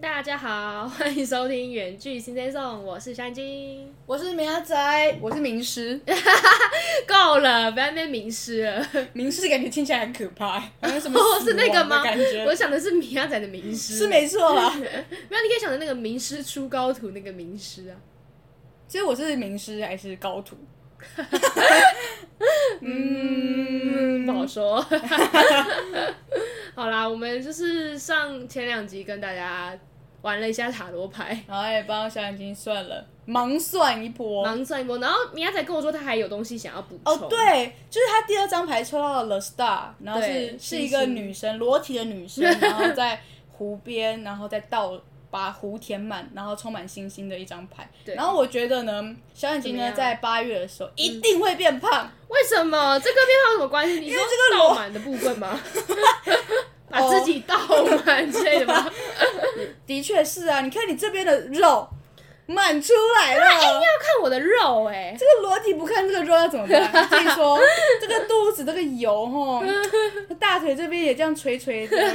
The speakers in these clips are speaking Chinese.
大家好，欢迎收听《远距新生颂》，我是山金。我是明阿仔，我是名师。够了，不要那名师了，名师感觉听起来很可怕，好像什 么哦是死那个亡的吗感觉？我想的是米亚仔的名师，是没 错啦。没有？你可以想的那个名师出高徒那个名师啊。其实我是名师还是高 徒？嗯，不好说。 好啦，我们就是上前两集跟大家玩了一下塔罗牌，然后也帮小眼睛算了，盲算一波。盲算一波。然后米亚仔跟我说他还有东西想要补充。哦，对，就是他第二张牌抽到了 The Star，然后对是是一个星星女生，裸体的女 生，然后在湖边，然后再倒把湖填满，然后充满星星的一张牌。对嗯然后我觉得呢，小眼睛怎么呢样在八月的时候一定会变胖，为什么这跟变化有什么关系？你说这个倒螺满的部分 吗？把自己倒满之类的哦吗？的确是啊，你看你这边的肉满出来 了，要看我的肉哎、这个裸体不看这个肉要怎 么办？自己说这个肚子这个油吼，大腿这边也这样垂垂的，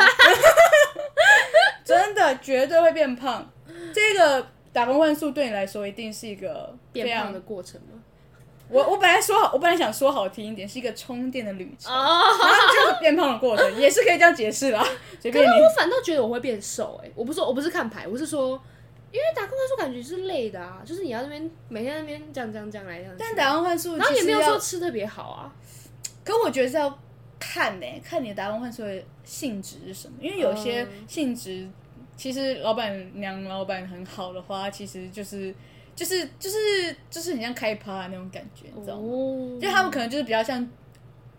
真的绝对会变胖。这个打工换宿对你来说一定是一个非变胖常的过程吗？我我本来说好，我本来想说好听一点，是一个充电的旅 程，哦，然后就是变胖的过程，也是可以这样解释啦，随便你。我反倒觉得我会变瘦哎、我不是说我不是看牌，我是说，因为打工换宿感觉是累的啊，就是你要那边每天那边这样这样这样来这样去，但打工换宿然后其也实没有要说吃特别好啊，可我觉得是要看呢、看你的打工换宿的性质是什么，因为有嗯些性质、其实老板娘、老板很好的话，其实就是就是就是就是很像开趴那种感觉，你知道吗？哦就他们可能就是比较像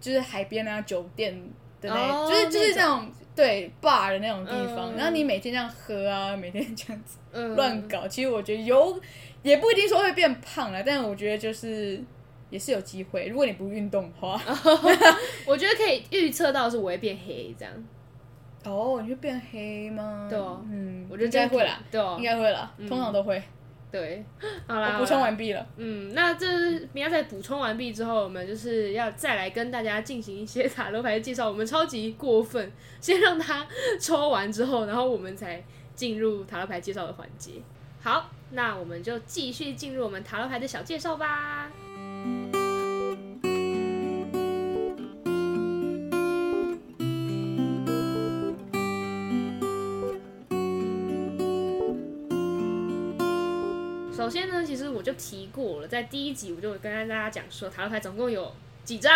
就是海边啊、酒店的那，哦就是就是那那种。对 bar 的那种地嗯方，然后你每天这样喝啊，每天这样子嗯乱搞，其实我觉得有也不一定说会变胖了，但我觉得就是也是有机会，如果你不运动的话。我觉得可以预测到是我会变黑这样，哦，你会变黑吗？对啊嗯，我觉得应该会啦，，对哦应该会啦，通常都会。对，好啦，我补充完毕了，嗯，那这明天在补充完毕之后，我们就是要再来跟大家进行一些塔罗牌的介绍。我们超级过分，先让他抽完之后，然后我们才进入塔罗牌介绍的环节。好，那我们就继续进入我们塔罗牌的小介绍吧。首先呢，其实我就提过了，在第一集我就有跟大家讲说，塔罗牌总共有几张，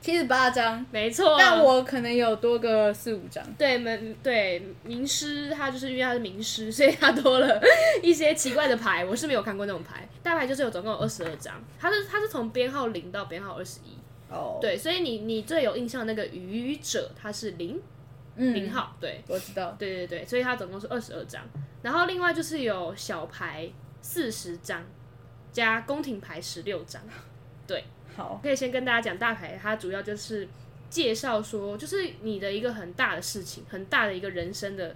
七十八张，没错。但我可能有多个四五张。对门对名师，他就是因为他是名师，所以他多了一些奇怪的牌。我是没有看过那种牌，大牌就是有总共有二十二张，它是它是从编号零到编号二十一。哦，对，所以你你最有印象的那个愚者，他是零嗯零，号，对我知道。对对对，所以它总共是二十二张。然后另外就是有小牌四十张，加宫廷牌十六张。好，可以先跟大家讲大牌，它主要就是介绍说，就是你的一个很大的事情，很大的一个人生的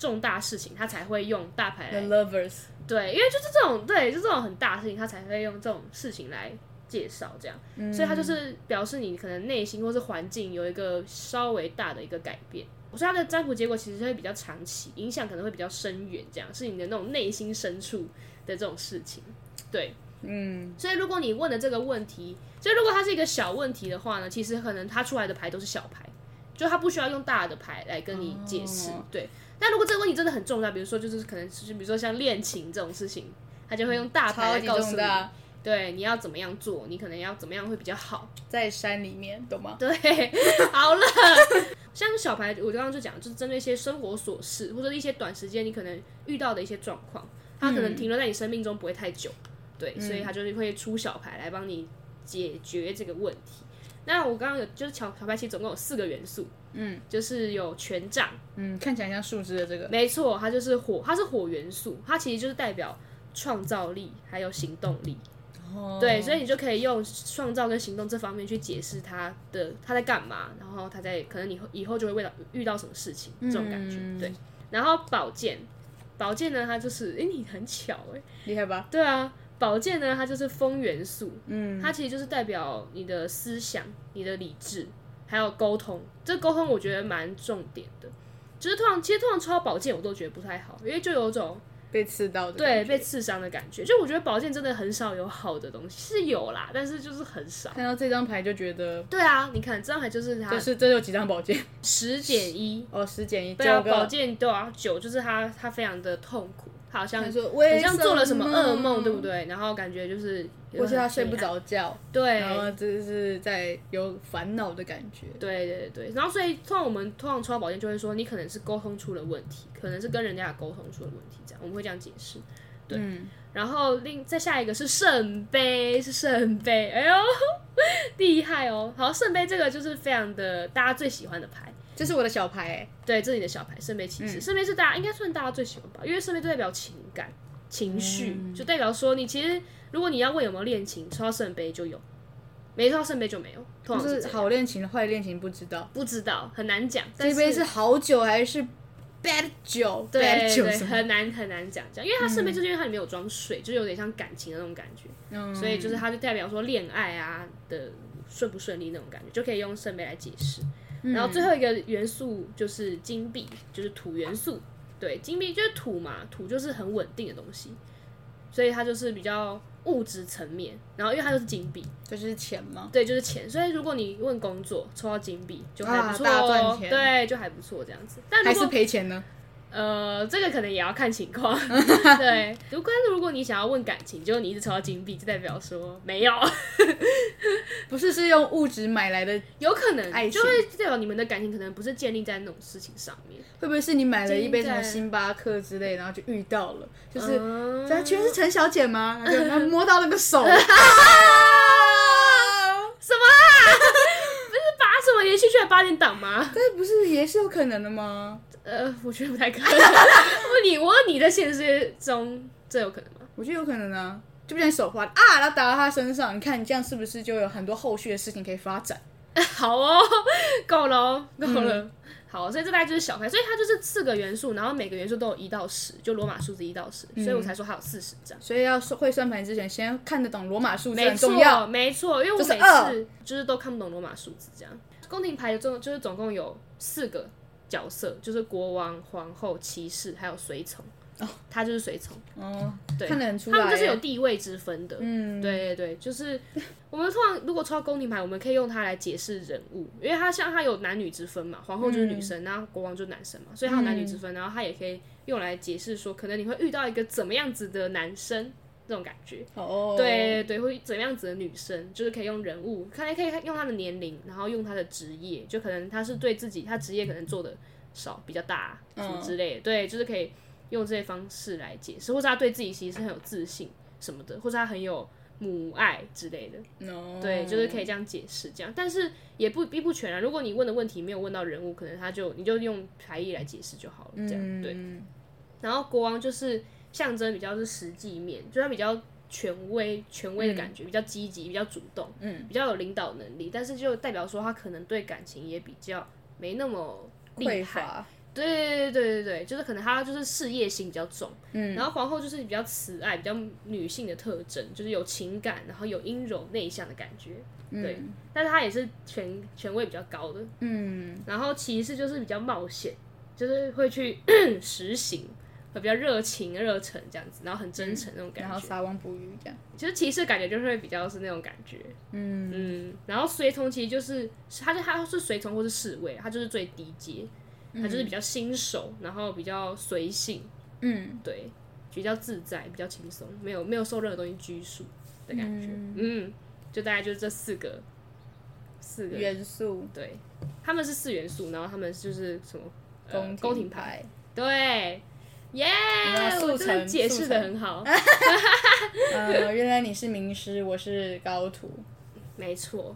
重大事情，它才会用大牌 The 来 Lovers，对，因为就是这种对，就这种很大的事情，它才会用这种事情来介绍这样，嗯所以它就是表示你可能内心或是环境有一个稍微大的一个改变。所以它的占卜结果其实会比较长期，影响可能会比较深远，这样是你的那种内心深处的这种事情。对，嗯，所以如果你问的这个问题，就如果它是一个小问题的话呢，其实可能它出来的牌都是小牌，就它不需要用大的牌来跟你解释。哦对，但如果这个问题真的很重大，比如说就是可能是比如说像恋情这种事情，它就会用大牌超来级告诉重你，大，对，你要怎么样做，你可能要怎么样会比较好。 在山里面，懂吗？对，好了，像小牌，我刚刚就讲，就是针对一些生活琐事，或者一些短时间你可能遇到的一些状况，它可能停留在你生命中不会太久，对，所以它就是会出小牌来帮你解决这个问题。那我刚刚有就是小小牌其实总共有四个元素，嗯，就是有权杖，嗯，看起来像树枝的这个，没错，它就是火，它是火元素，它其实就是代表创造力还有行动力，哦对，所以你就可以用创造跟行动这方面去解释他的他在干嘛，然后他在可能你以后就会为了遇到什么事情这种感觉，嗯对。然后宝剑，宝剑呢，它就是，诶，你很巧诶，厉害吧？对啊，宝剑呢，它就是风元素，嗯，它其实就是代表你的思想、你的理智，还有沟通。这沟通我觉得蛮重点的，就是通常其实通常抽到宝剑我都觉得不太好，因为就有种被刺到的对感觉，被刺伤的感觉。就我觉得宝剑真的很少有好的东西，是有啦，但是就是很少。看到这张牌就觉得，对啊，你看这张牌就是它就是这有几张宝剑 十减一，哦，十减一，对啊，九宝个。剑对啊九就是它它非常的痛苦，它好像他说，很我像做了什么噩梦，对不？对？然后感觉就是有或是他很睡不黑暗，着觉，对，然后这是在有烦恼的感觉。对对对，然后所以通常我们通常抽到宝剑就会说，你可能是沟通出了问题，可能是跟人家沟通出了问题，这样我们会这样解释。对，然后另再下一个是圣杯，是圣杯，哎呦， 厉害哦！好，圣杯这个就是非常的大家最喜欢的牌，这是我的小牌、欸，对，这是你的小牌，圣杯骑士，圣杯是大家应该算大家最喜欢吧，因为圣杯就代表情感、情绪，就代表说你其实如果你要问有没有恋情，抽到圣杯就有，没抽到圣杯就没有，通常就是是这样好恋情、坏恋情不知道。不知道，很难讲。但这是杯是好酒还是 bad 酒对？bad 酒对，什么？很难很难讲讲，因为它圣杯就是因为它里面有装水，就是有点像感情的那种感觉，嗯所以就是它就代表说恋爱啊的顺不顺利那种感觉，就可以用圣杯来解释。嗯然后最后一个元素就是金币，就是土元素。对，金币就是土嘛，土就是很稳定的东西，所以它就是比较物质层面。然后因为它就是金币，就是钱吗？对，就是钱。所以如果你问工作抽到金币，就还啊不错大赚哦，钱对，就还不错这样子。但如还果是赔钱呢？呃，这个可能也要看情 况。对，如果如果你想要问感情，就你一直抽到金币，就代表说没有， 不是，是用物质买来的，有可能爱情就会代表你们的感情可能不是建立在那种事情上面，会不会是你买了一杯什么建议在星巴克之类，然后就遇到了，就是嗯咱全是陈小 姐吗？然后就然后摸到那个手，啊啊 八什么连续剧还八点档吗？但是不是也是有可能的吗？呃，我觉得不太 可能。问你，我问你在现实中这有可能吗？ 我觉得有可能啊，就不小心手滑啊，然后打到他身上，你看你这样是不是就有很多后续的事情可以发展？好哦，够了哦，够了。嗯好，所以这大概就是小开，所以它就是四个元素，然后每个元素都有一到十，就罗马数字一到十，所嗯以我才说它有四十张。所以要算会算盘之前，先看得懂罗马数字没很错重要。，没错，因为我这是每二次就是都看不懂罗马数字这样。宫廷牌总就是总共有四个角色，就是国王、皇后、骑士还有随从。哦，他就是随从，哦，对看得很出他来耶。们就是有地位之分的。嗯，对对对，就是我们通常如果抽到宫廷牌，我们可以用它来解释人物，因为它像它有男女之分嘛，皇后嗯就是女生，然后国王就是男生嘛，所以它有男女之分，然后它也可以用来解释说，可能你会遇到一个怎么样子的男生这种感觉。哦，对对，会怎么样子的女生，就是可以用人物，看来可以用她的年龄，然后用她的职业，就可能她是对自己，她职业可能做的少，比较大什么之类的，对，就是可以用这些方式来解释，或者她对自己其实是很有自信什么的，或者她很有母爱之类的，哦，对，就是可以这样解释这样，但是也不必不全然，如果你问的问题没有问到人物，可能他就你就用牌意来解释就好了，这样、对。嗯然后国王就是象征比较是实际面，就他比较权威、权威的嗯感觉，比较积极、比较主动，嗯，比较有领导能力，但是就代表说他可能对感情也比较没那么厉匮害。乏，对对对对对对，就是可能他就是事业心比较重，嗯，然后皇后就是比较慈爱、比较女性的特征，就是有情感，然后有阴柔内向的感觉，对，但是她也是权权位比较高的，嗯，然后骑士就是比较冒险，就是会去 实行，会比较热情、热忱这样子，然后很真诚那种感然觉。后撒网捕鱼这样，其实骑士感觉就是会比较是那种感觉，嗯嗯。然后随从其实就是，他就他是随从或是侍卫，他就是最低阶，他就是比较新手，然后比较随性，嗯，对，比较自在，比较轻松，没有没有受任何东西拘束的感觉，嗯。就大概就是这四个，四个元素对，他们是四元素，然后他们就是什么呃宫宫廷廷牌，，对，耶、那哎我速真的成解速释的成很好，呃，原来你是名师，我是高徒，没错。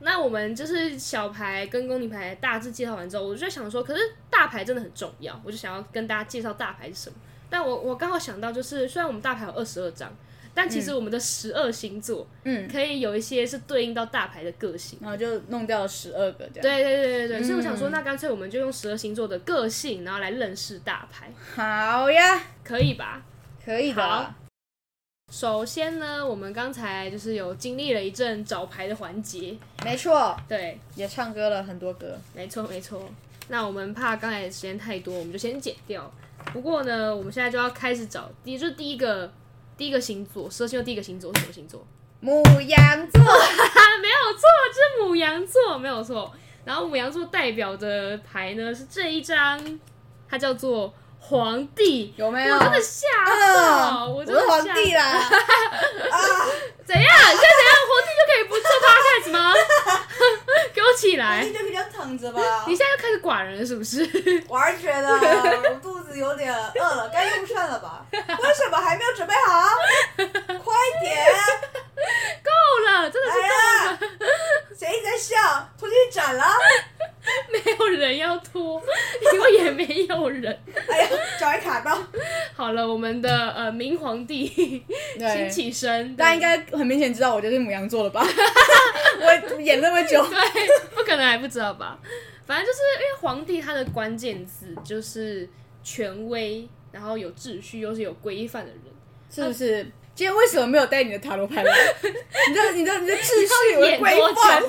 那我们就是小牌跟宫廷牌大致介绍完之后，我就在想说，可是大牌真的很重要，我就想要跟大家介绍大牌是什么。但我我刚好想到，就是虽然我们大牌有二十二张，但其实我们的十二星座，嗯，可以有一些是对应到大牌的个性。然后就弄掉了十二个这样，对对对对对，所以我想说，那干脆我们就用十二星座的个性，然后来认识大牌。好呀，可以吧？可以的啊，首先呢，我们刚才就是有经历了一阵找牌的环节，没错，对，也唱歌了很多歌，没错没错。那我们怕刚才时间太多，我们就先剪掉。不过呢，我们现在就要开始找，第就是第一个第一个星座，蛇星座第一个星座是什么星座？母羊座，没有错，就是母羊座，没有错。然后母羊座代表的牌呢是这一张，它叫做皇帝。有没有？我真的吓到，哎啊我啊我真是的皇吓帝啊啦！ 啊怎样？现在怎样？皇帝就可以不做 podcast 吗？ 给我起来！就比较躺着吧哎 你现在又开始寡人了是不是？ 我还是觉得我肚子有点饿了，该用膳了吧？为什么还没有准备好？ 快点！够了，真的是来了，谁一直在笑？头巾斩了！没有人要拖，因为也没有人。哎呀，找一卡吧。好了，我们的呃明皇 帝辛对弃生，大家应该很明显知道我就是母羊座 了吧？我演那么久，对，不可能还不知道吧？反正就是因为皇帝他的关键字就是权威，然后有秩序又是有规范的人。是不是？今天为什么没有带你的塔罗牌来？你的、你的、你的 秩序、我的演规多范久，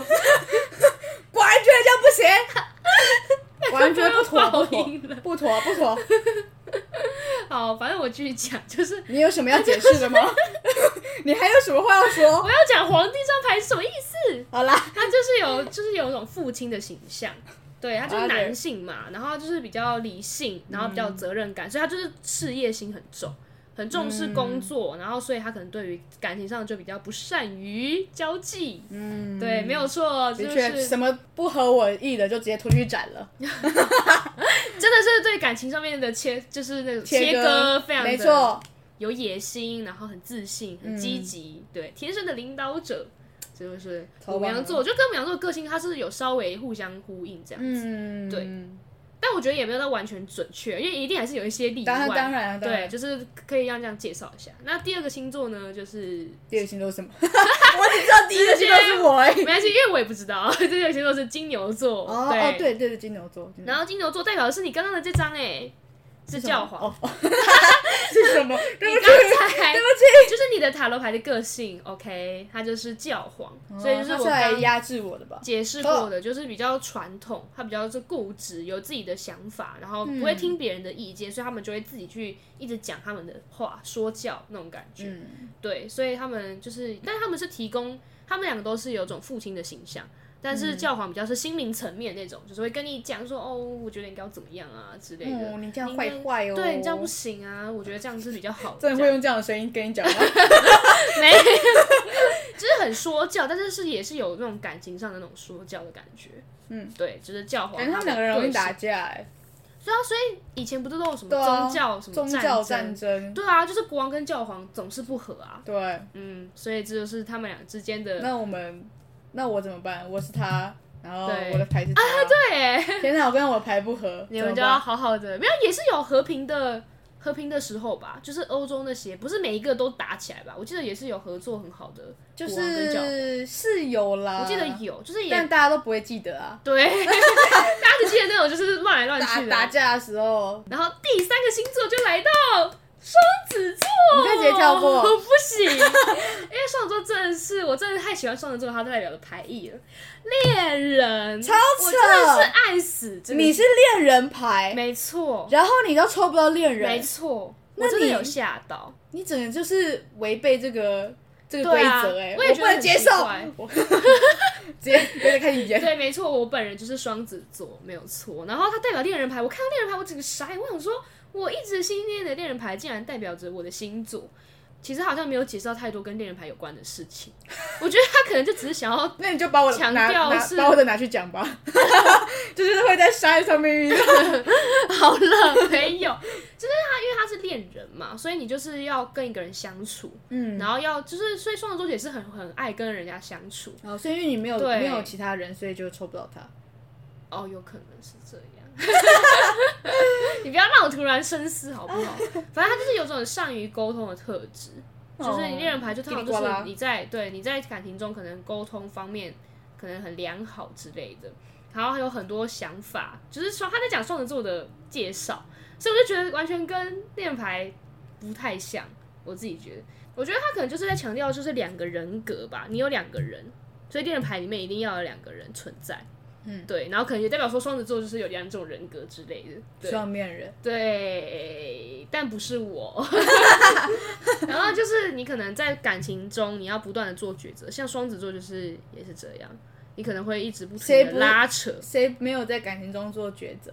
果然觉得这样 不行，果然觉得不妥不报妥应了不妥不妥。好，反正我继续讲，就是你有什么要解释的吗？ 你还有什么话要我说？要讲皇帝这张牌是什么意思？好啦，他就是有就是有一种父亲的形象，对，他啊就是男性嘛，然后他就是比较理性，然后比较有责任嗯感，所以他就是事业心很重。很重视工嗯作，然后所以他可能对于感情上就比较不善于交际，嗯，对，没有错，就的是确，什么不合我意的就直接出去斩了，真的是对感情上面的切，就是那种切割非常的没错，有野心，然后很自信，很积嗯极，对，天生的领导者，这就是超棒母的羊座。我觉得跟母羊座的个性，它是有稍微互相呼应这样子，嗯，对。但我觉得也没有到完全准确，因为一定还是有一些例外。当然当然啊当对，然。就是可以让这样介绍一下。那第二个星座呢，就是第二个星座是什么？ 我只知道第一个星座是我而已没。关系，因为我也不知道， 第二个星座是金牛座。哦对哦，对对对，金牛座。金牛然后金牛座代表的是你刚刚的这张哎、是座教皇。哦，哦是 什么？你对不刚起，才对不起。就是你的塔罗牌的个性，OK，它就是教皇，所以就是哦我他来刚压制我的吧？解释过的，就是比较传统，他比较是固执，有自己的想法，然后不会听别人的意见，所以他们就会自己去一直讲他们的话，说教那种感觉。嗯，对，所以他们就是，但他们是提供，他们两个都是有种父亲的形象，但是教嗯皇比较是心灵层面那种，就是会跟你讲说，哦，我觉得应该要怎么样啊之类的。哦，你这样坏坏哦。对你这样不行啊！我觉得这样是比较好的。真的会用这样的声音跟 你讲吗？没， 就是很说教，但是是也是有那种感情上的那种说教的感觉。嗯，对，就是教皇。感觉他们两个人容易打。架哎。对啊，所以以前不是都有什么对啊宗教、什么宗教战战争？争，对啊，就是国王跟教皇总是不和啊。对。嗯，所以这就是他们俩之间的。那我们，那我怎么办？我是他，然后对啊我的牌是他。对耶，天哪，我跟我的牌不合。你们就怎要么办好好的，没有也是有和平的。和平的时候吧，就是欧洲那些，不是每一个都打起来吧？我记得也是有合作很好的就国王跟教皇，是是有啦。我记得有，就是也呃但大家都不会记得啊。对， 大家只记得那种就是乱来乱打去的。打架的时候，然后第三个星座就来到双子座，你可以直接跳过哦 不行，因为双子座真的是我真的太喜欢双子座它代表的牌意了，恋人，超我真的是扯！爱死，真的你是恋人牌，没错，然后你都抽不到恋没人，错，那我真的你有吓到，你整个就是违背这个这个规对啊则哎，我也觉不得很能接奇受怪， 我直接有点开始演。对，没错，我本人就是双子座，没有错。然后它代表恋人牌，我看到恋人牌，我整个傻眼，我想说，我一直心念的恋人牌竟然代表着我的星座。其实好像没有解释到太多跟恋人牌有关的事情，我觉得他可能就只是想要那你就把我的强拿调拿是把我的拿去讲吧， 就是会在沙上面 遇到。好了， 没有，就是他，因为他是恋人嘛，所以你就是要跟一个人相处，嗯，然后要就是，所以双子座也是很很爱跟人家相处。哦，所以因为你没有对没有其他人，所以就抽不到他。哦，有可能是这样。 你不要让我突然深思好不好？反正他就是有种善于沟通的特质，就是你恋人牌就通常就哦叽里呱啦是哦你在对你在感情中可能沟通方面可能很良好之类的，然后还有很多想法，就是说他在讲双子座的介绍，所以我就觉得完全跟恋人牌不太像，我自己觉得，我觉得他可能就是在强调就是两个人格吧，你有两个人，所以恋人牌里面一定要有两个人存在。嗯，对，然后可能也代表说双子座就是有两种人格之类的，对，双面人，对，但不是 我。然后就是你可能在感情中，你要不断的做抉择，像双子座就是也是这样，你可能会一直不谁停的不拉扯。谁没有在感情中做抉择？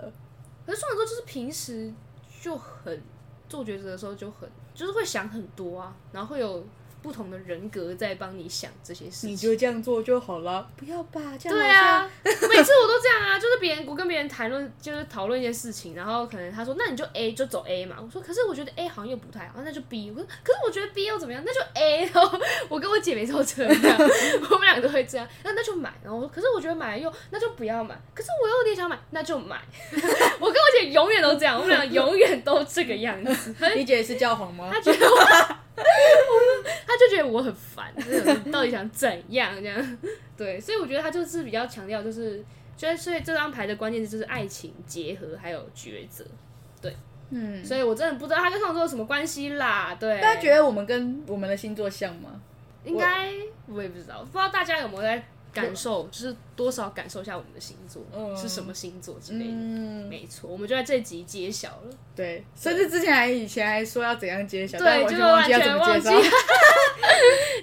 可是双子座就是平时就很做抉择的时候就很就是会想很多啊，然后会有不同的人格在帮你想这些事情。你就这样做就好了，不要吧，这样对好像啊，每次我都这样啊，就是别人我跟别人谈论，就是讨论一件事情，然后可能他说那你就 A 就走 A 嘛，我说可是我觉得 A 好像又不太好，那就 B，我说可是我觉得 B 又怎么样，那就 A，然后我跟我姐每次都这样， 我们两个都会这样，那那就买，然后我说可是我觉得买了又那就不要买，可是我又有点想买，那就买， 我跟我姐永远都这样，我们俩永远都这个样 子，你姐是教 皇吗？她觉得我，她就觉得我很烦， 就是到底想怎样这样？对，所以我觉得他就是比较强调，就是所以所以这张牌的关键字就是爱情结合还有抉择。嗯，所以我真的不知道他跟双子座有什么关系啦。对，大家觉得我们跟我们的星座像吗？应该我也不知道，不知道大家有没有在感受，就是多少感受一下我们的星座、嗯是什么星座之类的。嗯，没错，我们就在这集揭晓了。对，甚至之前还以前还说要怎样揭晓，但对，我就全是忘完记要全怎么忘介记绍。，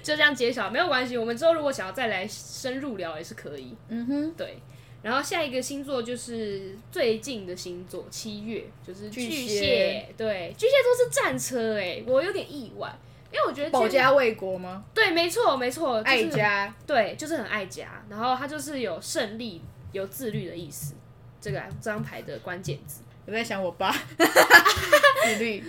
就这样揭晓没有关系。我们之后如果想要再来深入聊也是可以。嗯哼，对，然后下一个星座就是最近的星座，七月就是巨巨蟹对，巨蟹座是战车哎、我有点意外，因为我觉得保巨蟹家卫国吗？对，没错没错，哦就是、爱家，对，就是很爱家，然后他就是有胜利、有自律的意思，这个啊这张牌的关键字。我在想我 爸自律。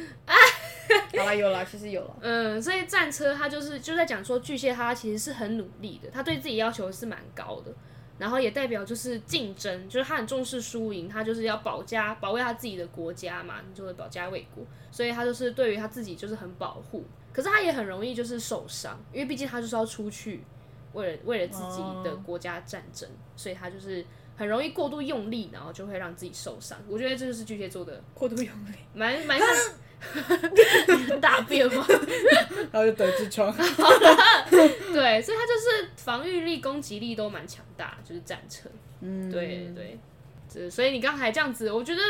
好了，有了，其实有了。嗯，所以战车他就是就在讲说巨蟹他其实是很努力的，他对自己要求是蛮高的，然后也代表就是竞争，就是他很重视输赢，他就是要保家保卫他自己的国家嘛，你就会保家卫国，所以他就是对于他自己就是很保护，可是他也很容易就是受伤，因为毕竟他就是要出去为了为了自己的哦国家战争，所以他就是很容易过度用力，然后就会让自己受伤。我觉得这就是巨蟹座的过度用力，蛮蛮大变化。 然后就得痔疮。对，所以他就是防御力、攻击力都蛮强大，就是战车。嗯，对对，这所以你刚才这样子，我觉得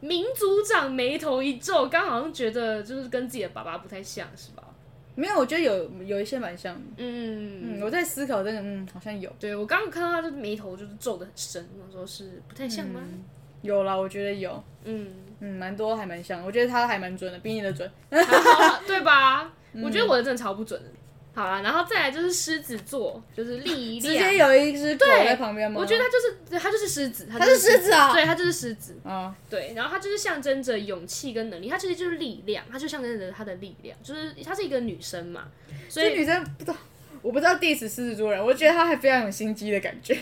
民族长眉头一皱，刚好像觉得就是跟自己的爸爸不太像，是吧？没有，我觉得有有一些蛮像的。嗯，嗯，我在思考这个，嗯，好像有对我刚刚看到他的眉头就是皱的很深，我说是不太像吗？有啦，我觉得有，嗯，嗯，蛮多还蛮像，我觉得他还蛮准的，比你的准。还好对吧？嗯我觉得我的真的超不准的。好啦，然后再来就是狮子座，就是利益直接有一只狗啊对在旁边吗？我觉得他就是他就是狮子，他他就是狮子啊对他就是狮子。啊，对，然后它就是象征着勇气跟能力，它其实就是力量，它就象征着它的力量，就是她是一个女生嘛，所这以女生不知道，我不知道 diss 狮子座人，我觉得她还非常有心机的感 觉。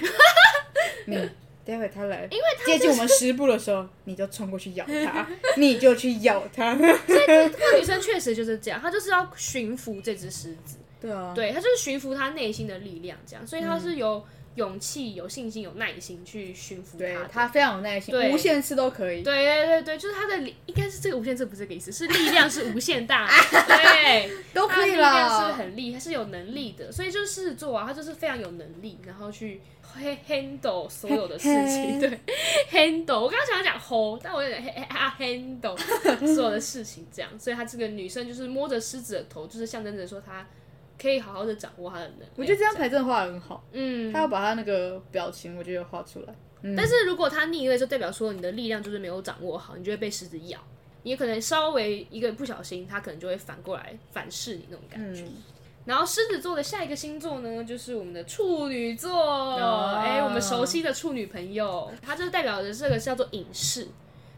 你待会她来，因为接近我们食部的时候，你就冲过去咬她， 你就去咬她。这个女生确实就是这样，她就是要驯服这只狮子，对啊，对，她就是驯服她内心的力量，这样，所以她是有勇气、有信心、有耐心去驯服对它的。她非常有耐心，对无限次都可以。对对对对，就是她的力，应该是这个无限次不是这个意思，是力量是无限大的，对，都可啦，力以量啦是很厉害，是有能力的，所以就是狮子座啊，他就是非常有能力，然后去 ha- handle 所有的事情，对 handle。我刚刚想要讲 hold，但我有点 ha- ha- handle 所有的事情这样，所以她这个女生就是摸着狮子的头，就是象征着说她可以好好的掌握她的能力。我觉得这张牌真的画的很好，嗯她，要把她那个表情，我觉得画出来。但是如果她逆位，就代表说你的力量就是没有掌握好，你就会被狮子咬。你可能稍微一个不小心，它可能就会反过来反噬你那种感觉。嗯，然后狮子座的下一个星座呢，就是我们的处女座，哎、哦我们熟悉的处女朋友，它就是代表的这个叫做隐士，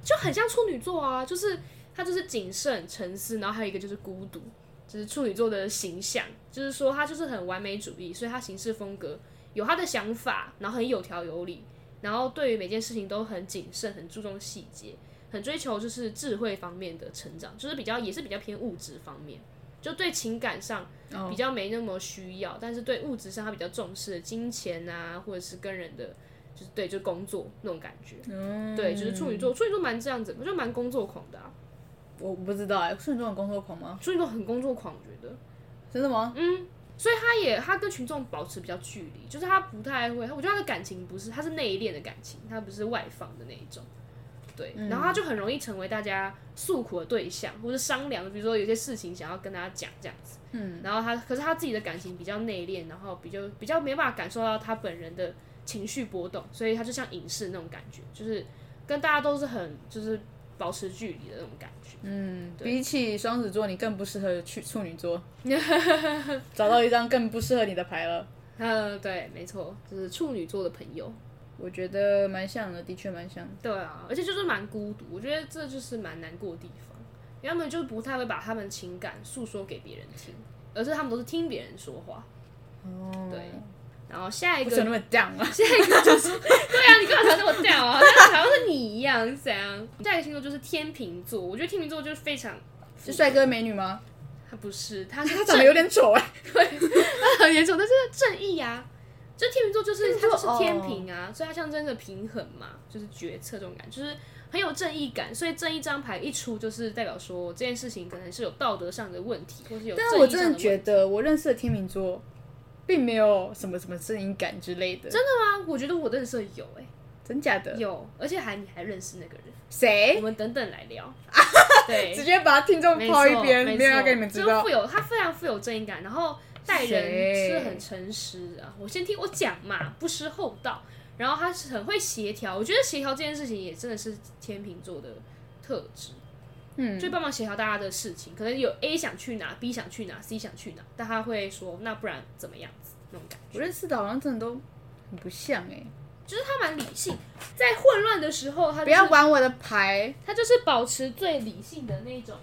就很像处女座啊，就是它就是谨慎、沉思，然后还有一个就是孤独，就是处女座的形象，就是说他就是很完美主义，所以他行事风格有他的想法，然后很有条有理，然后对于每件事情都很谨慎，很注重细节，很追求就是智慧方面的成长，就是比较也是比较偏物质方面，就对情感上比较没那么需要，但是对物质上他比较重视金钱啊，或者是跟人的就是对就工作那种感觉，对，就是处女座，处女座蛮这样子，我就蛮工作狂的啊，我不知道哎、欸，处女座很工作狂吗？处女座很工作狂，我觉得。真的吗？嗯，所以他也他跟群众保持比较距离，就是他不太会，我觉得他的感情不是，他是内敛的感情，他不是外放的那一种。对，然后他就很容易成为大家诉苦的对象，或者商量，比如说有些事情想要跟大家讲这样子。嗯，然后他可是他自己的感情比较内敛，然后比较比较没办法感受到他本人的情绪波动，所以他就像影视那种感觉，就是跟大家都是很就是保持距离的那种感觉。嗯，比起双子座，你更不适合去处女 座，找到一张更不适合你的牌了。嗯，对，没错，就是处女座的朋友。我觉得蛮像的，的确蛮像的。对啊，而且就是蛮孤独，我觉得这就是蛮难过的地方，因为他们就不太会把他们情感诉说给别人听，而是他们都是听别人说话。哦，对，然后下一不个，准那么 down 啊！ 下一个就是，对啊，你干嘛讲我这样啊？好像是你一样，是怎样？下一个星座就是天秤座，我觉得天秤座就是非常，是帅哥美女吗？他不是，他嗯啊是他长正得有点丑哎、他很严重，但是正义啊，就天秤座就是他秤就座哦是天平啊，所以它象征着平衡嘛，就是决策这种感觉，就是很有正义感。所以正义这张牌一出，就是代表说这件事情可能是有道德上的问题，或是有但是我正义真上的觉问题得，我认识的天秤座，并没有什么什么正义感之类的。真的？啊，我觉得我认识的有哎、真假的？有，而且还你还认识那个人，我谁？们等等来 聊。对，直接把听众没抛一错边，没没有要错跟你们知就道富。有他非常富有正义感，然后待人谁是很诚实的啊。我先听我讲嘛，不失厚道。然后他是很会协调，我觉得协调这件事情也真的是天秤座的特质，嗯，就帮忙协调大家的事情。可能有 A 想去哪，B 想去哪，C 想去哪，但他会说那不然怎么样子那种感觉。我认识的好像真的都很不像哎、就是他蛮理性，在混乱的时候，他、就是、不要，玩我的牌。他就是保持最理性的那种。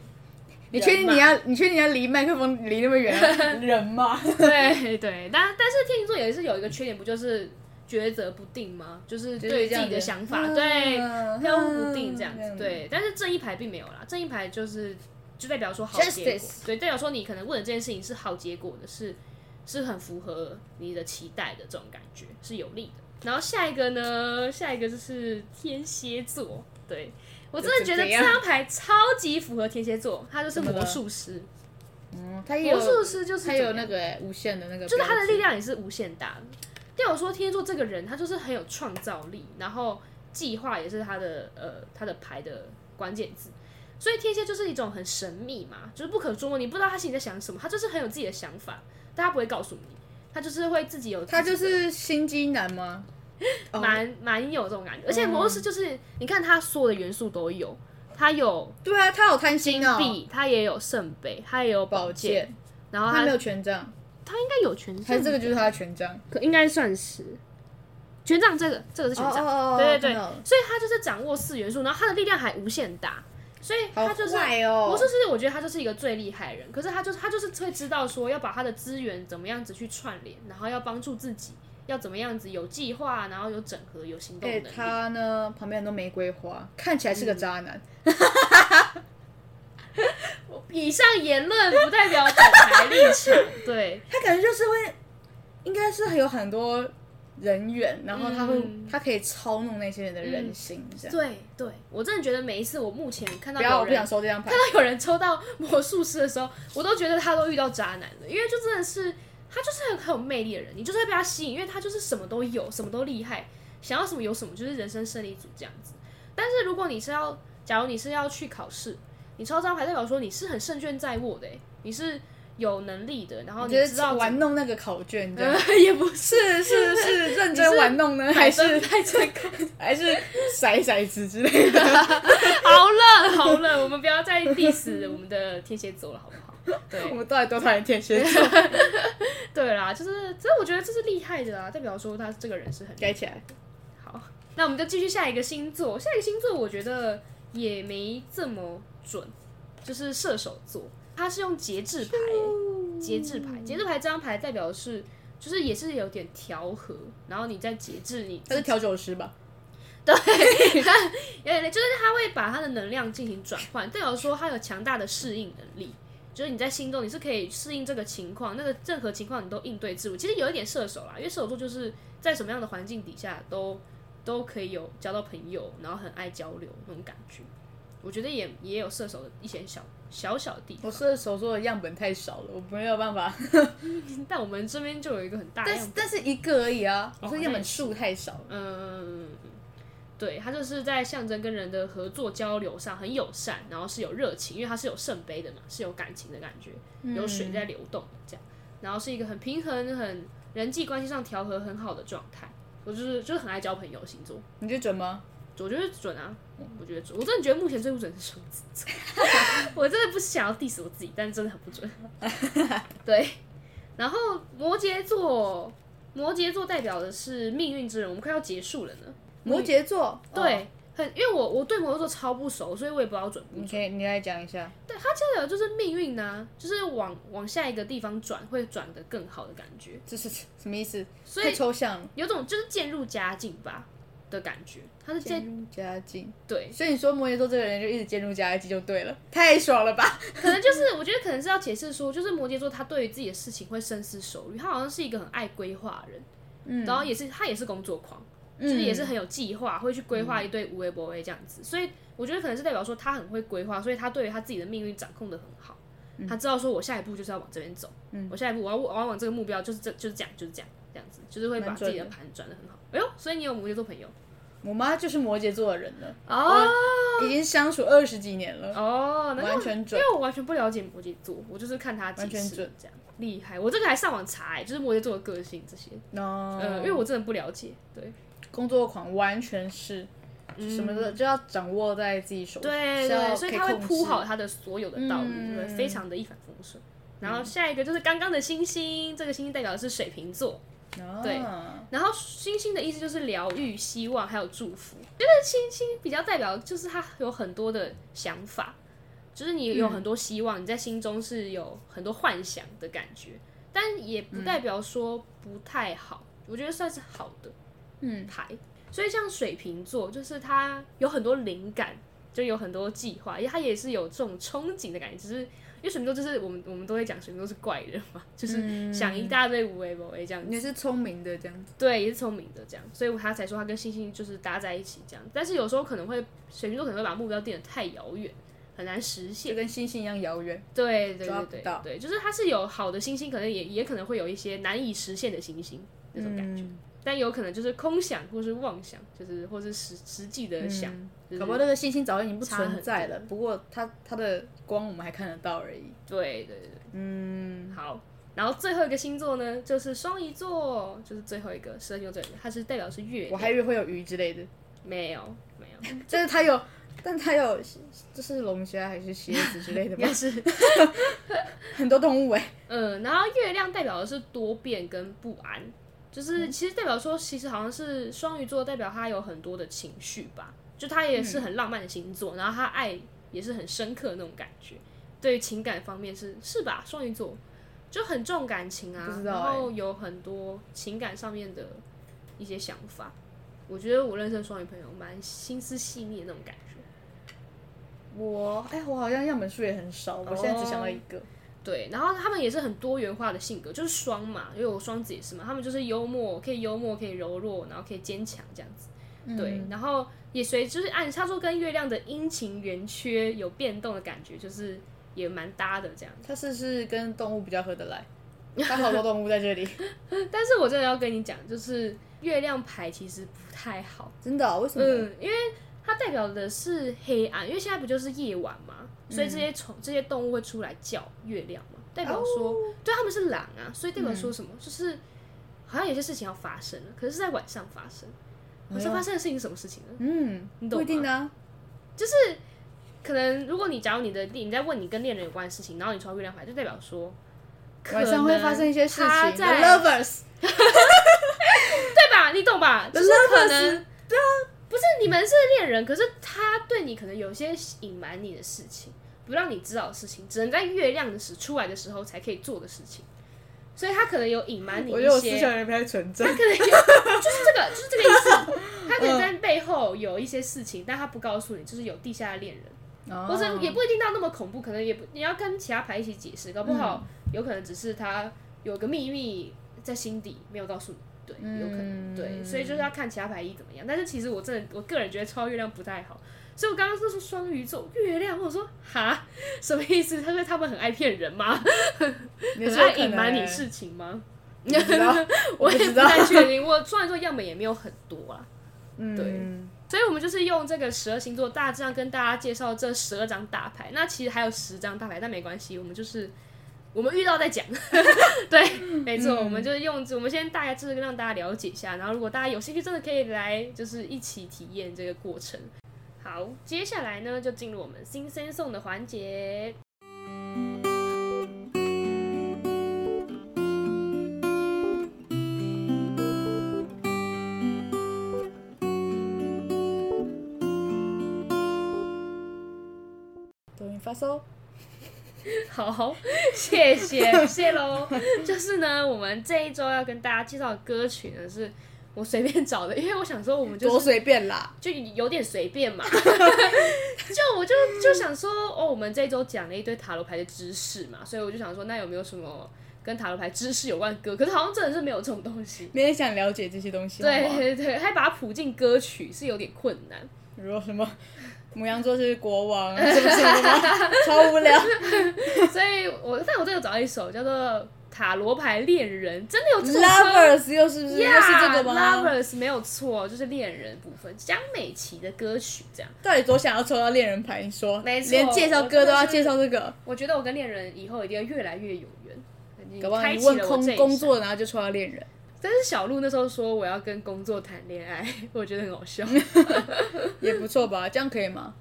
你确人定嘛你要？你确定你要离麦克风离那么远啊？ 人吗？对对，但但是天秤座也是有一个缺点，不就是抉择不定吗？就是就是对于这自样己的子想法，嗯对飘忽不定嗯这样子。嗯对，但是正一牌并没有啦，正一牌就是就代表说好结果 Justice，对，代表说你可能问的这件事情是好结果的，是是很符合你的期待的这种感觉，是有利的。然后下一个呢，下一个就是天蝎座，对我真的觉得怎这样张牌超级符合天蝎座，他就是怎么魔了术师，嗯，他也有魔，术师就是他怎有么那样个、欸、无限的那个，就是他的力。量也是无限大的。但我说天蝎座这个人，他就是很有创造力，然后计划也是他的呃他的牌的关键字。所以天蝎就是一种很神秘嘛，就是不可捉摸，你不知道他心里在想什么，他就是很有自己的想法，但他不会告诉你，他就是会自己有自己的他就是心机男吗？哦蛮蛮有这种感觉。而且魔术师就是、你看他所有的元素都有，他有对啊，他好贪心哦。币，他也有圣杯，他也有宝宝剑剑，，然后他他没应有权杖，该有权杖，他这个就是他的权杖。可应该算是权杖，这个这个是权杖，哦对对对，所以他就是掌握四元素，然后他的力量还无限大，所以好他就是。坏哦。魔术师，我觉得他就是一个最厉害的人，可是他就是他就是会知道说要把他的资源怎么样子去串联，然后要帮助自己，要怎么样子有计划，然后有整合，有行动哎，能力。他呢旁边很多玫瑰花，看起来是嗯个渣男。以上言论不代表本台立场， 对，他感觉就是会，应该是有很多人缘，然后他会，嗯他可以操弄那些人的人心，这样。对对，我真的觉得每一次我目前看到不要，有我不想人收这张牌看。到有人抽到魔术师的时候，我都觉得他都遇到渣男了，因为就真的是他就是很很有魅力的人，你就是会被他吸引，因为他就是什么都有，什么都厉害，想要什么有什么，就是人生胜利组这样子。但是如果你是要，假如你是要去考试，你抽这张牌代表说你是很胜券在握的、欸，你是有能力的，然后我你觉知得道玩弄那个考卷，这样、弄 也不是是嗯是 是认真玩弄呢，还是太最高。还是骰骰子之类的？好了好了，我们不要再 diss 我们的天蝎座了，好不好？对，我们到底多讨厌天 蝎座？对啦，就是，所以我觉得这是厉害的啦，代表说他这个人是很改起 来，好。那我们就继续下一个星座，下一个星座我觉得也没这么准，就是射手座，它是用节制牌，节制牌，节制牌这张牌代表的是，就是也是有点调和，然后你在节制你自他是己，调酒师吧？有点累，就是他会把他的能量进行转换，代表说他有强大的适应能力。就是你在心中你是可以适应这个情况，那个任何情况你都应对自如。其实有一点射手啦，因为射手座就是在什么样的环境底下都都可以有交到朋友，然后很爱交流那种感觉。我觉得也也有射手的一些小小小的地方，我射手座的样本太少了，我没有办 法。但我们这边就有一个很大的但样是本但是一个而已啊，我说那样也本是数太少了。嗯，对，他就是在象征跟人的合作交流上很友善，然后是有热情，因为他是有圣杯的嘛，是有感情的感觉，有水在流动这样，然后是一个很平衡、很人际关系上调和很好的状态。我就是就是很爱交朋友星座，你觉得准吗？我觉得准啊，我觉得准，我真的觉得目前最不准是双子座， 我真的不想要 diss 我自己，但是真的很不准。对，然后摩羯座，摩羯座代表的是命运之人，我们快要结束了呢。摩羯座，对，很因为我我对摩羯座超不熟，所以我也不知道准不你准。可以你来讲一下。代表就是命运呢、啊就是往往下一个地方转，会转得更好的感觉，这是什么意思？所太以抽象了。有种就是渐入佳境吧的感觉。他是在渐入佳境，对，所以你说摩羯座这个人就一直渐入佳境就对了，太爽了吧？可能就是我觉得可能是要解释说，就是摩羯座他对于自己的事情会深思熟虑，他好像是一个很爱规划的人，嗯然后也是他也是工作狂，就是也是很有计划，会去规嗯划一堆无微不微这样子，所以我觉得可能是代表说他很会规划，所以他对于他自己的命运掌控的很好，嗯他知道说我下一步就是要往这边走，我下一步我要我要往这个目标就是这就是这样就是这样这样子，就是会把蛮自准己的的盘转的很好。哎呦，所以你有摩羯座朋友我妈就是摩羯座的人了，哦已经相处二十几年了，哦，难怪完全因准。为我完全不了解摩羯座，我就是看他解完全释准这样厉害。我这个还上网查、哎，就是摩羯座的个性这些，哦，呃，因为我真的不了解。对工作狂完全是什么的，就要掌握在自己手，嗯对是要对，所以他会可控制铺好他的所有的道路，嗯对不对，非常的一帆风顺。然后下一个就是刚刚的星星，这个星星代表的是水瓶座。哦对然后星星的意思就是疗愈、希望还有祝福。觉得星星比较代表就是他有很多的想法，就是你有很多希望，你在心中是有很多幻想的感觉，但也不代表说不太好，我觉得算是好的嗯牌。所以像水瓶座，就是他有很多灵感，就有很多计划，因为他也是有这种憧憬的感觉，只是。因为水瓶座就是我们我们都会讲水瓶座是怪人嘛，就是想一大堆无为不为这样子。你是聪明的这样子，对，也是聪明的这样，所以他才说他跟星星就是搭在一起这样。但是有时候可能会水瓶座可能会把目标定得太遥远，很难实就现。跟星星一样遥远。对对抓对不对到对，就是它是有好的星星，可能也也可能会有一些难以实现的星星那种感觉，嗯但有可能就是空想或是妄想，就是或是实实际的想，就是搞不好那个星星早就已经不差很存在了，不过它它的光我们还看得到而已。对对对，嗯，好。然后最后一个星座呢，就是双鱼座，就是最后一个十二星座最后一个，它是代表是月我亮，还以为会有鱼之类的，没有没有，但是它有， 但它有，这是龙虾还是蝎子 之类的应吗该？是很多动物哎、嗯，然后月亮代表的是多变跟不安，嗯就是其实代表说，其实好像是双鱼座代表他有很多的情绪吧，就他也嗯是很浪漫的星座，然后他爱也是很深刻的那种感觉，对于情感方面是是吧？双鱼座就很重感情不啊，知道然欸后有很多情感上面的一些想法。我觉得我认识的双鱼朋友蛮心思细腻的那种感觉，我哎、我好像样本数也很少，我现在只想哦到一个。对，然后他们也是很多元化的性格，就是双嘛，因为我双子也是嘛，他们就是幽默，可以幽默，可以柔弱，然后可以坚强这样子。对，然后也随就是按他说跟月亮的阴晴圆缺有变动的感觉，就是也蛮搭的这样。它是不是跟动物比较合得来？它好多动物在这里，但是我真的要跟你讲，就是月亮牌其实不太好， 真的哦、为什么？嗯，因为它代表的是黑暗，因为现在不就是夜晚嘛，嗯所以这些虫、这些动物会出来叫月亮嘛，代表说，哦对，他们是狼啊，所以代表嗯说什么，就是好像有些事情要发生了，可是是在晚上发生。哎晚上发生的事情是什么事情呢？嗯，你懂不一定吗啊。可能如果你假如你的你在问你跟恋人有关的事情，然后你抽到月亮牌，就代表说晚上会发生一些事情。他 The 在 lovers，对吧？你懂吧？就是可能对啊，不是你们是恋人，可是他对你可能有些隐瞒你的事情，不让你知道的事情，只能在月亮的时出来的时候才可以做的事情，所以他可能有隐瞒你我觉得一我思些， 想也不太纯正。可能有就是这个就是这个意思，他可能在背后有一些事情，但他不告诉你，就是有地下恋人。哦或者也不一定到那么恐怖，可能也不你要跟其他牌一起解释，搞不好、嗯有可能只是他有个秘密在心底没有告诉你，对，嗯有可能、对，所以就是要看其他牌意怎么样。但是其实我真的我个人觉得超月亮不太好，所以我刚刚是说双鱼座月亮，我说哈 什么意思？他说他们很爱骗人 吗？你很说爱可隐瞒能你事情吗？不知道 我也不不知道，太确定，我双鱼座样本也没有很多啊啦。嗯，所以我们就是用这个十二星座大致上跟大家介绍这十二张大牌。那其实还有十张大牌，但没关系，我们就是我们遇到再讲。对，没错，我们就是用我们先大概就是让大家了解一下，然后如果大家有兴趣，真的可以来就是一起体验这个过程。好，接下来呢就进入我们新生送的环节。抖音发烧，好，谢谢，谢喽。就是呢，我们这一周要跟大家介绍的歌曲呢，是我随便找的，因为我想说我们就是多随便啦，就有点随便 嘛，就我就就想说，哦，我们这一周讲了一堆塔罗牌的知识嘛，所以我就想说，那有没有什么跟塔罗牌知识有关的歌？可是好像真的是没有这种东西。没人想了解这些东西，好不好对对对，还把它谱进歌曲是有点困难。如果什 么母羊座是国王，啊 什么什么的，超无聊。所以我但我真的有找到一首叫做《塔罗牌恋人》，真的有这首歌 Lovers 又是不是又是这 Yeah, 个吗？ lovers 没有错，就是恋人部分，江美琪的歌曲这样。到底多想要抽到恋人牌？你说，没错连介绍歌都要介绍这个，我觉得我跟恋人以后一定要越来越有缘。你搞不好开你启问了我这空一工生作，然后就抽到恋人。但是小鹿那时候说我要跟工作谈恋爱， 我觉得很好笑。 也不错吧？这样可以吗？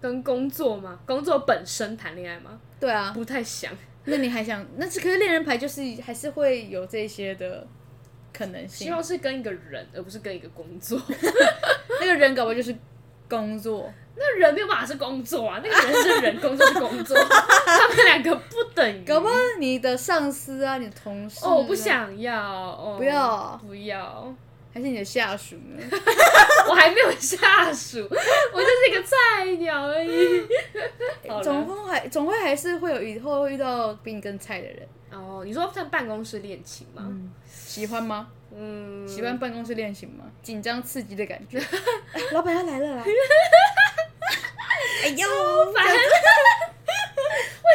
跟工作吗？工作本身谈恋爱吗？对啊，不太想。那你还想？那是可是恋人牌就是还是会有这些的可能希性。望是跟一个人，而不是跟一个工作。 那个人搞不好就是工作，那人没有办法是工作啊，那个人是人，工作是工 作，他们两个不等于。搞不好你的上司啊，你的同事、啊、哦，我不，想要，哦，不要不要，还是你的下属呢？ 我还没有下属， 我就是一个菜鸟而已。好 总了，会还总会还是会有以后会遇到比你更菜的人，哦，你说像办公室恋情吗？喜欢吗？嗯，喜欢办公室恋情吗？紧张刺激的感觉。哎 老板要来 了啦！哎呦，烦。为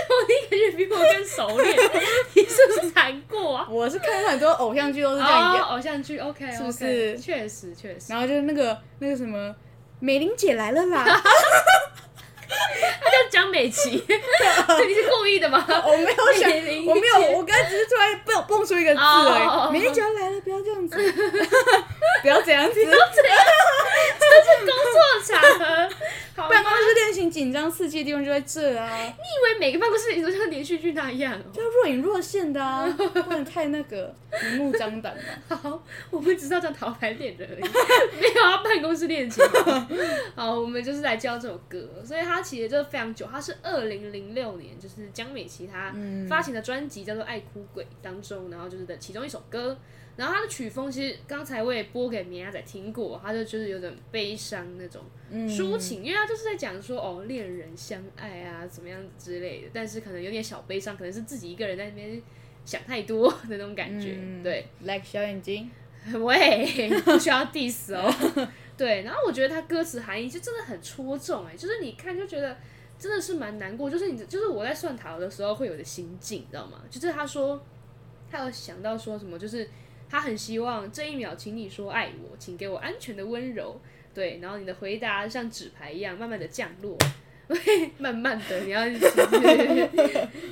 什么你感觉比我更熟 练？你是不是难过啊？我是看很多偶像剧都是这样演哦，，偶像剧 OK，是不是确实确实，然后就是那个那个什么美玲姐来 了啦。哦他叫江美 琪，你是故意的吗？我没有想美玲，姐我没有，我刚才只是突然蹦蹦出一个字哦而已。美玲姐要来了，不要这样子， 不要这 样子。工作场合，好吗办公室恋情紧张刺激的地方就在这 啊，你以为每个办公室里都像连续剧那样哦？要若隐若现的啊，不能太那个明目张胆嘛。好，我们只知道叫桃牌恋人而已， 没有要办公室恋情哦。 好，我们就是来教这首歌，所以它其实就是非常久，它是二零零六年，就是江美琪她发行的专辑叫做《爱哭鬼》当中，然后就是的其中一首歌。然后它的曲风其实刚才我也播给明亚仔听过，它就就是有点悲伤那种抒情，因为它就是在讲说哦恋人相爱啊怎么样之类的，但是可能有点小悲伤，可能是自己一个人在那边想太多的那种感觉，对。 ，like 小眼睛， 喂，不需要 diss 哦。 对，然后我觉得他歌词含义就真的很戳中、哎，就是你看就觉得真的是蛮难过，就是你就是我在算塔罗的时候会有的心境，你知道吗？就是他说他有想到说什么，就是他很希望这一秒，请你说爱我，请给我安全的温柔，对，然后你的回答像纸牌一样慢慢的降落。 慢慢的，你要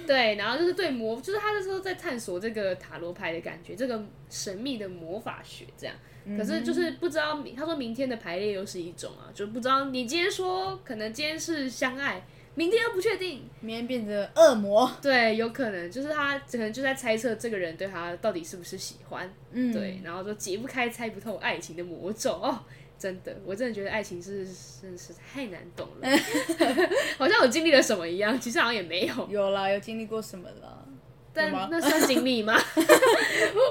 对，然后就是对魔，就是他那时候在探索这个塔罗牌的感觉，这个神秘的魔法学这样。可是就是不知道明，他说明天的排列又是一种啊，就不知道你今天说可能今天是相爱，明天又不确定，明天变成恶魔。对，有可能就是他可能就在猜测这个人对他到底是不是喜欢，嗯，对，，然后就解不开、猜不透爱情的魔咒哦。真的，我真的觉得爱情是真的是太难懂了，好像我经历了什么一样，其实好像也没有。有啦，有经历过什么啦？但有吗那算经历 吗？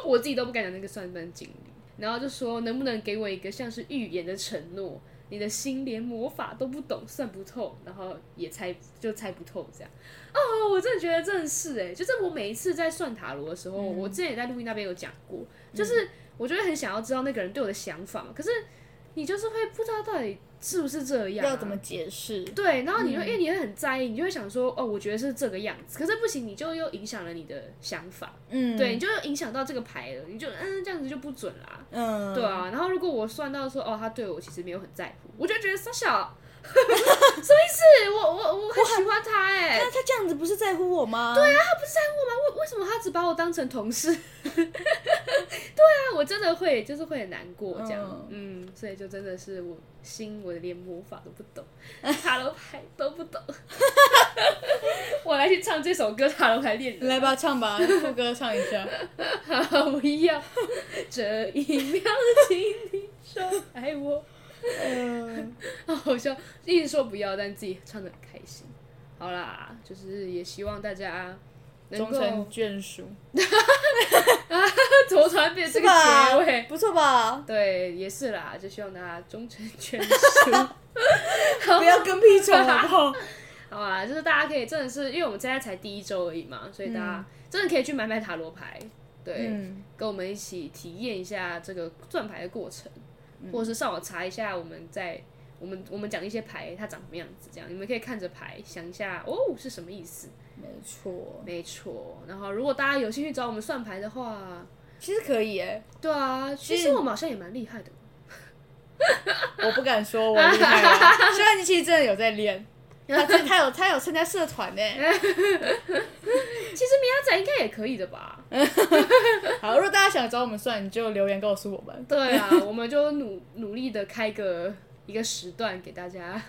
我自己都不敢讲那个算不算经历。然后就说能不能给我一个像是预言的承诺？你的心连魔法都不懂，算不透，然后也猜就猜不透这样。哦，我真的觉得真的是哎、就是我每一次在算塔罗的时候，嗯我之前也在录音那边有讲过，就是我就会很想要知道那个人对我的想法嘛。可是你就是会不知道到底是不是这样、啊要怎么？解释？对，然后你就、因为你会很在意，你就会想说，哦，我觉得是这个样子，可是不行，你就又影响了你的想法，嗯，对，你，就又影响到这个牌了，你就嗯这样子就不准啦，嗯，对，啊。然后如果我算到说，哦，他对我其实没有很在乎，我就觉得傻小， 什么意思？我我我很喜欢他哎、那他这样子不是在乎我吗？对啊，为为什么他只把我当成同事？ 对啊，我真的会就是会很难过这样，嗯所以就真的是我心我连魔法都不懂，塔罗牌都不懂。 我来去唱这首歌《塔罗牌恋人来吧，唱吧，副歌唱一 下。》，好不要这一秒，请你说爱我。哦嗯，好像一直说不要，但自己唱的很开心。好啦，就是也希望大家能终够 成眷属，怎么突然变成这个吧结尾？不错 吧？对，也是啦，就希望大家终成眷属。不要跟屁虫好不 好？好啦，就是大家可以真的是，因为我们现在才第一周而已嘛，所以大家真的可以去买买塔罗牌，对，嗯，跟我们一起体验一下这个转牌的过程，或者是上网查一下我们在我们我们讲一些牌它长什么样子，这样你们可以看着牌想一下哦是什么意思，没错，没错。然后如果大家有兴趣找我们算牌的话，其实可以诶，对啊，其实我们好像也蛮厉害的。我不敢说我厉害 了，虽然其实真的有在练。他真他有他有参加社团 呢。其实米亚仔应该也可以的吧？好，如果大家想找我们算，你就留言告诉我 们，对啊， 我们就努努力的开个一个时段给大家，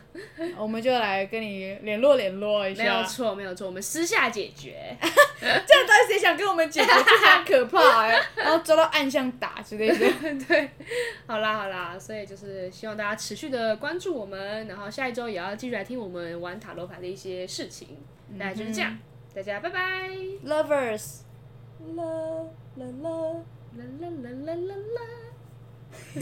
我们就来跟你联络联络一没有下。错，没有错，我们私下解决。 这样到底谁想跟我们解决？这很可怕 哎、然后抓到暗巷打之类的。 好啦，好啦，所以就是希望大家持续的关注我们，然后下一周也要继续来听我们玩塔罗牌的一些事情。大家就是这样，大家拜拜。 Lovers。啦啦啦。啦啦啦啦啦啦。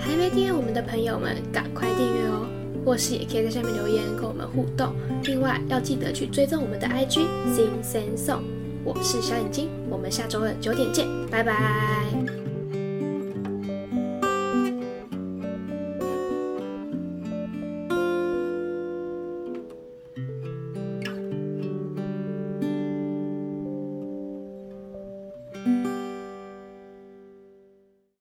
还没订阅我们的朋友们，赶快订阅哦！或是也可以在下面留言跟我们互动。另外要记得去追踪我们的 IG Sing Sing Song。我是小眼睛，我们下周二九点见，拜拜。